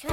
村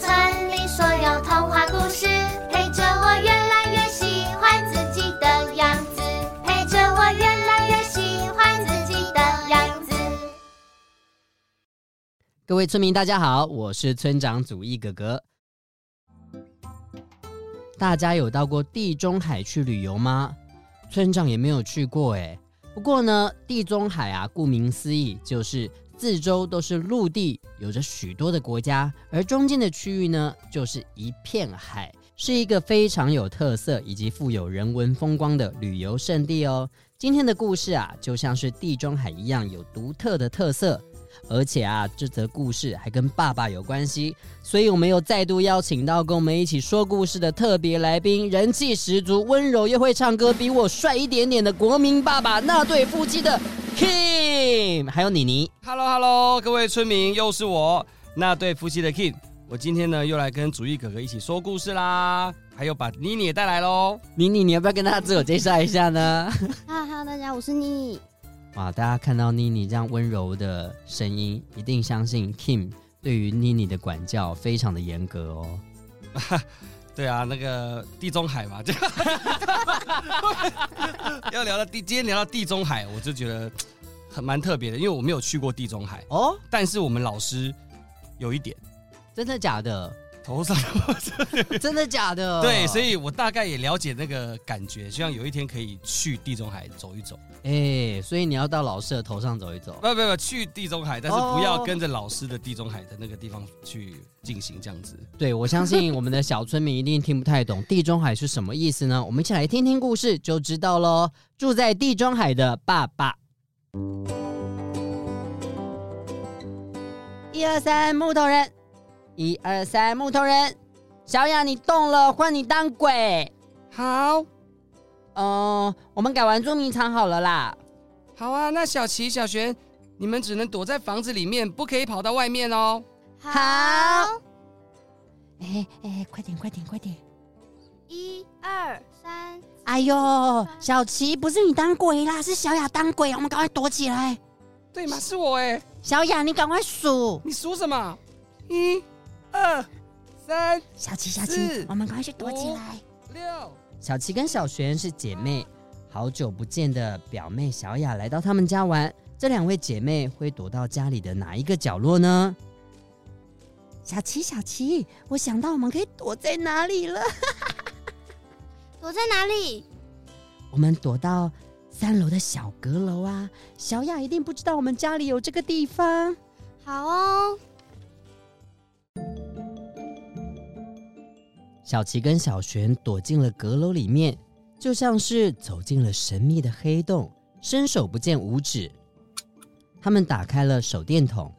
村里所有童话故事，陪着我越来越喜欢自己的样子，陪着我越来越喜欢自己的样子。各位村民，大家好，我是村长祖义哥哥。大家有到过地中海去旅游吗？村长也没有去过哎。不过呢，地中海啊，顾名思义就是四周都是陆地，有着许多的国家，而中间的区域呢，就是一片海，是一个非常有特色以及富有人文风光的旅游胜地哦。今天的故事啊，就像是地中海一样，有独特的特色。而且啊，这则故事还跟爸爸有关系，所以我们又再度邀请到跟我们一起说故事的特别来宾，人气十足、温柔又会唱歌、比我帅一点点的国民爸爸那对夫妻的 Kim，还有妮妮。 Hello Hello，各位村民，又是我那对夫妻的 King。我今天呢又来跟主义哥哥一起说故事啦，还有把妮妮也带来喽。妮妮，你要不要跟大家自我介绍一下呢？哈喽，大家，我是妮妮。哇，大家看到妮妮这样温柔的声音，一定相信 Kim 对于妮妮的管教非常的严格哦。对啊，那个地中海嘛，这 要聊到地，今天聊到地中海，我就觉得很蛮特别的，因为我没有去过地中海，哦，但是我们老师有一点真的假的？头上，真的假的？ 对，所以我大概也了解那个感觉，希望有一天可以去地中海走一走。哎、所以你要到老师的头上走一走。不不不，去地中海，但是不要哦跟着老师的地中海的那个地方去进行这样子。对，我相信我们的小村民一定听不太懂地中海是什么意思呢？我们一起来听听故事就知道喽。住在地中海的爸爸，一二三，木头人，一二三，木头人，小雅你动了，换你当鬼。好，嗯，我们改玩捉迷藏好了啦。好啊，那小琪、小璇，你们只能躲在房子里面，不可以跑到外面哦。好，哎哎，快点，快点，快点！一二三，哎呦，小琪，不是你当鬼啦，是小雅当鬼，我们赶快躲起来。对嘛，是我哎，小雅，你赶快数。你数什么？一、二、三、小琪，小四琪，我们赶快去躲起来。六。小琪跟小璇是姐妹，好久不见的表妹小雅来到他们家玩。这两位姐妹会躲到家里的哪一个角落呢？小琪，小琪，我想到我们可以躲在哪里了。躲在哪里？我们躲到三楼的小阁楼啊，小雅一定不知道我们家里有这个地方。好哦，小琪跟小璇躲进了阁楼里面，就像是走进了神秘的黑洞，伸手不见五指。他们打开了手电筒，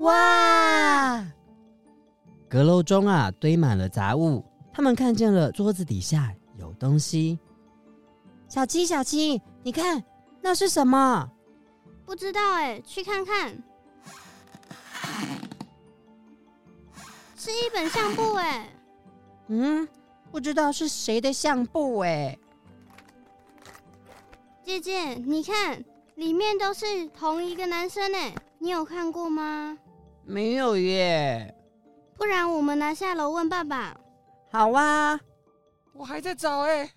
哇，阁楼中啊堆满了杂物。他们看见了桌子底下有东西，小琪，小琪，你看那是什么？不知道哎，去看看。是一本相簿哎，嗯，不知道是谁的相簿哎。姐姐，你看，里面都是同一个男生哎，你有看过吗？没有耶。不然我们拿下楼问爸爸。好啊，我还在找哎，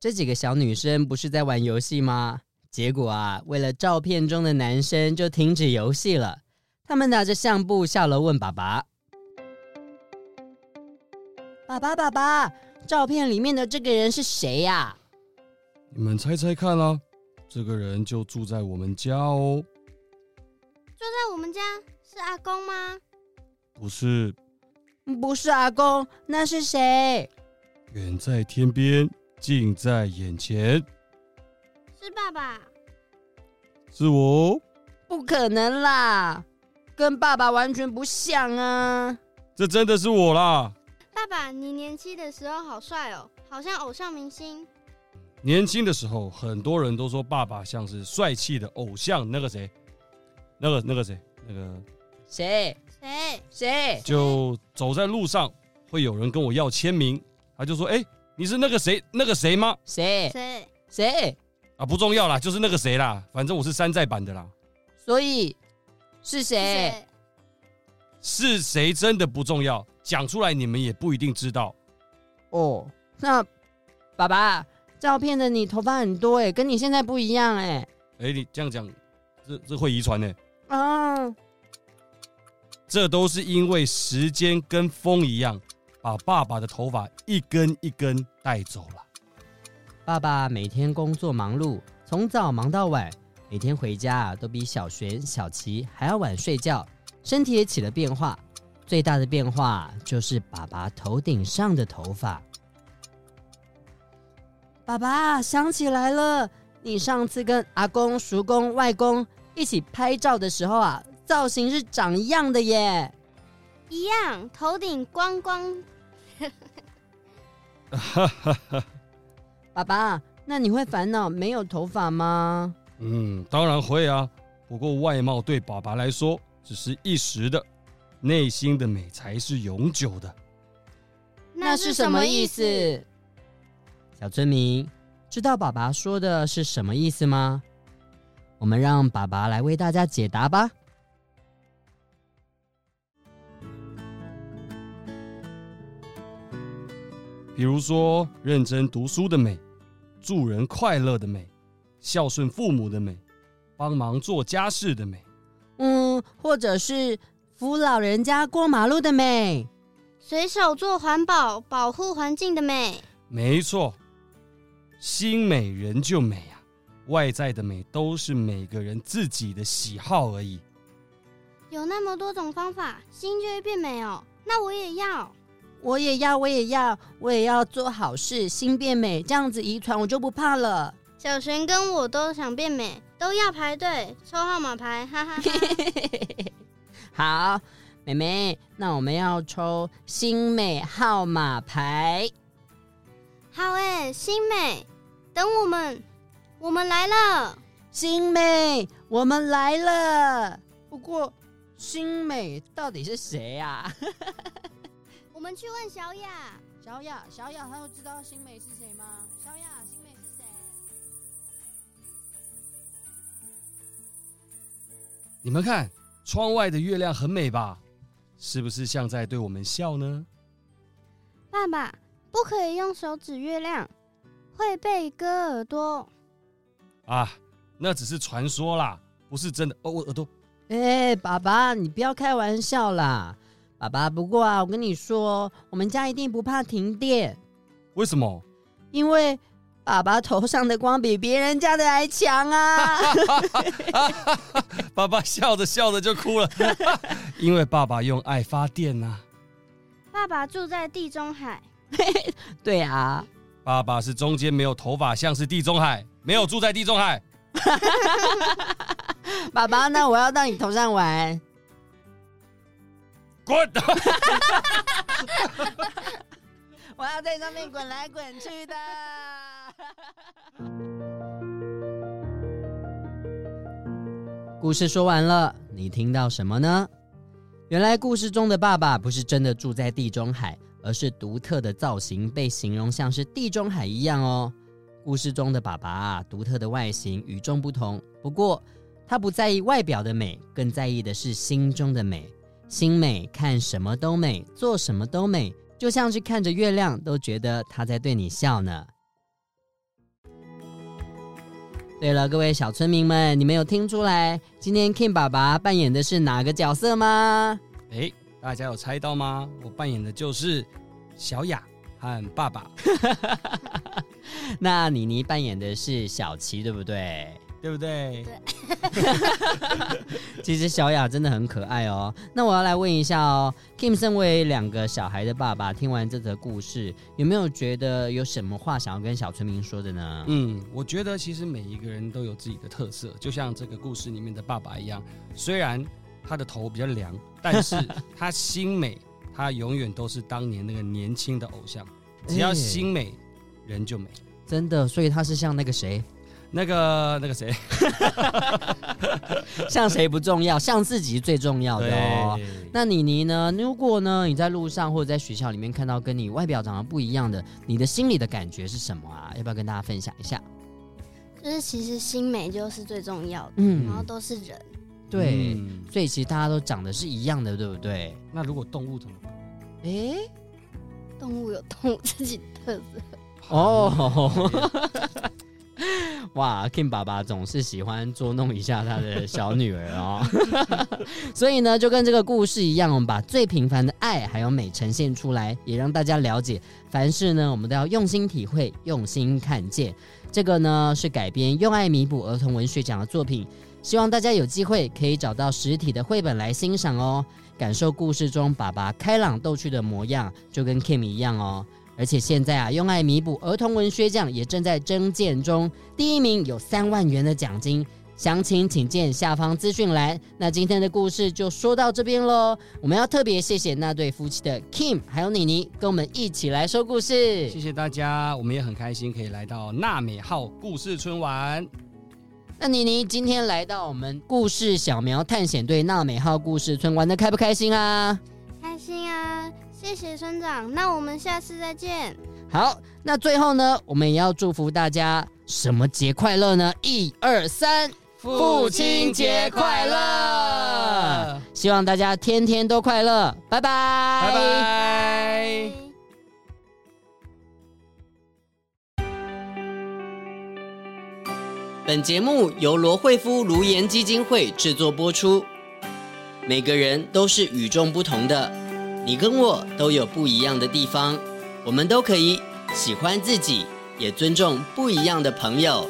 这几个小女生不是在玩游戏吗？结果啊，为了照片中的男生就停止游戏了。他们拿着相簿下楼问爸爸爸爸爸爸，：“照片里面的这个人是谁呀、你们猜猜看啊，这个人就住在我们家哦，住在我们家是阿公吗？不是不是阿公，那是谁？远在天边，近在眼前，是爸爸。是我哦。不可能啦，跟爸爸完全不像啊！这真的是我啦！爸爸，你年轻的时候好帅哦，好像偶像明星。年轻的时候，很多人都说爸爸像是帅气的偶像，那个谁，那个那个谁，那个谁谁？谁就走在路上会有人跟我要签名，他就说：“哎、你是那个谁那个谁吗谁谁？谁，？”啊，不重要啦，就是那个谁啦，反正我是山寨版的啦。所以是谁？？是谁真的不重要，讲出来你们也不一定知道。哦，那爸爸，照片的你头发很多哎，跟你现在不一样哎。哎、你这样讲，这这会遗传呢。啊，这都是因为时间跟风一样，把爸爸的头发一根一根带走了。爸爸每天工作忙碌，从早忙到晚，每天回家啊都比小璇、小琪还要晚睡觉，身体也起了变化。最大的变化就是爸爸头顶上的头发。爸爸想起来了，你上次跟阿公、叔公、外公一起拍照的时候啊，造型是长一样的耶。一样，头顶光光。爸爸，那你会烦恼没有头发吗？嗯，当然会啊。不过外貌对爸爸来说只是一时的，内心的美才是永久的。那是什么意思？小村民，知道爸爸说的是什么意思吗？我们让爸爸来为大家解答吧。比如说，认真读书的美，助人快乐的美，孝顺父母的美，帮忙做家事的美。嗯，或者是扶老人家过马路的美。随手做环保，保护环境的美。没错，心美人就美啊，外在的美都是每个人自己的喜好而已。有那么多种方法，心就会变美哦。那我也要。我也要，我也要，我也要做好事，心变美，这样子遗传我就不怕 了。小璇跟我都想变美，都要排队抽号码牌，哈哈哈。 好，妹妹，那我们要抽新美号码牌。好哎，新美，等我们，我们来了。新美，我们来了。不过，新美到底是谁啊呀、我们去问小雅。小雅，小雅，她有知道新美是谁吗？小雅，新美是谁？你们看，窗外的月亮很美吧？是不是像在对我们笑呢？爸爸，不可以用手指月亮，会被割耳朵。啊，那只是传说啦，不是真的。哦，我耳朵，哎、爸爸，你不要开玩笑啦！爸爸，不过啊，我跟你说，我们家一定不怕停电，为什么？ 因为爸爸头上的光比别人家的还强 啊！爸爸笑着笑着就哭了， 因为爸爸用爱发电啊爸呐、爸住在地中海，对啊，爸爸是中间没有头发，像是地中海，没有住在地中海。爸爸，那我要到你头上玩。滚！ 我要在上面滚来滚去的。故事说完了，你听到什么呢？原来故事中的爸爸不是真的住在地中海，而是独特的造型被形容像是地中海一样哦。故事中的爸爸啊，独特的外形与众不同，不过他不在意外表的美，更在意的是心中的美。心美，看什么都美，做什么都美，就像是看着月亮都觉得他在对你笑呢。对了，各位小村民们，你们有听出来今天 King 爸爸扮演的是哪个角色吗？哎，大家有猜到吗？我扮演的就是小雅和爸爸，那妮妮扮演的是小琪，对不对？对不对？其实小雅真的很可爱哦。那我要来问一下哦，Kim 身为两个小孩的爸爸，听完这则故事，有没有觉得有什么话想要跟小村民说的呢？嗯，我觉得其实每一个人都有自己的特色，就像这个故事里面的爸爸一样，虽然他的头比较凉，但是他心美，他他永远都是当年那个年轻的偶像，只要哎心美，人就美。真的，所以他是像那个谁，那个那个谁，像谁不重要，像自己最重要的哦。哎那妮妮呢？如果呢你在路上或者在学校里面看到跟你外表长得不一样的，你的心里的感觉是什么啊？要不要跟大家分享一下？就是其实心美就是最重要的，然后嗯，都是人，对，嗯所以其实大家都长得是一样的，对不对？那如果动物怎么 办？诶，动物有动物自己的特色。哦， 哇，Kim 爸爸总是喜欢捉弄一下他的小女儿哦， 所以呢，就跟这个故事一样，我们把最平凡的爱还有美呈现出来，也让大家了解，凡事呢，我们都要用心体会，用心看见。这个呢是改编《用爱弥补儿童文学奖》的作品，希望大家有机会可以找到实体的绘本来欣赏哦，感受故事中爸爸开朗逗趣的模样，就跟 Kim 一样哦。而且现在啊，用爱弥补儿童文学奖也正在征件中，第一名有三万元的奖金。详情请见下方资讯栏。那今天的故事就说到这边喽。我们要特别谢谢那对夫妻的 Kim 还有妮妮，跟我们一起来说故事。谢谢大家，我们也很开心可以来到娜美号故事春晚。那妮妮今天来到我们故事小苗探险队娜美号故事村，玩的开不开心啊？开心啊！谢谢村长，那我们下次再见。好，那最后呢，我们也要祝福大家什么节快乐呢？一二三，父亲节快乐！希望大家天天都快乐，拜拜，拜拜。本节目由罗惠夫卢颜基金会制作播出。每个人都是与众不同的，你跟我都有不一样的地方，我们都可以喜欢自己，也尊重不一样的朋友。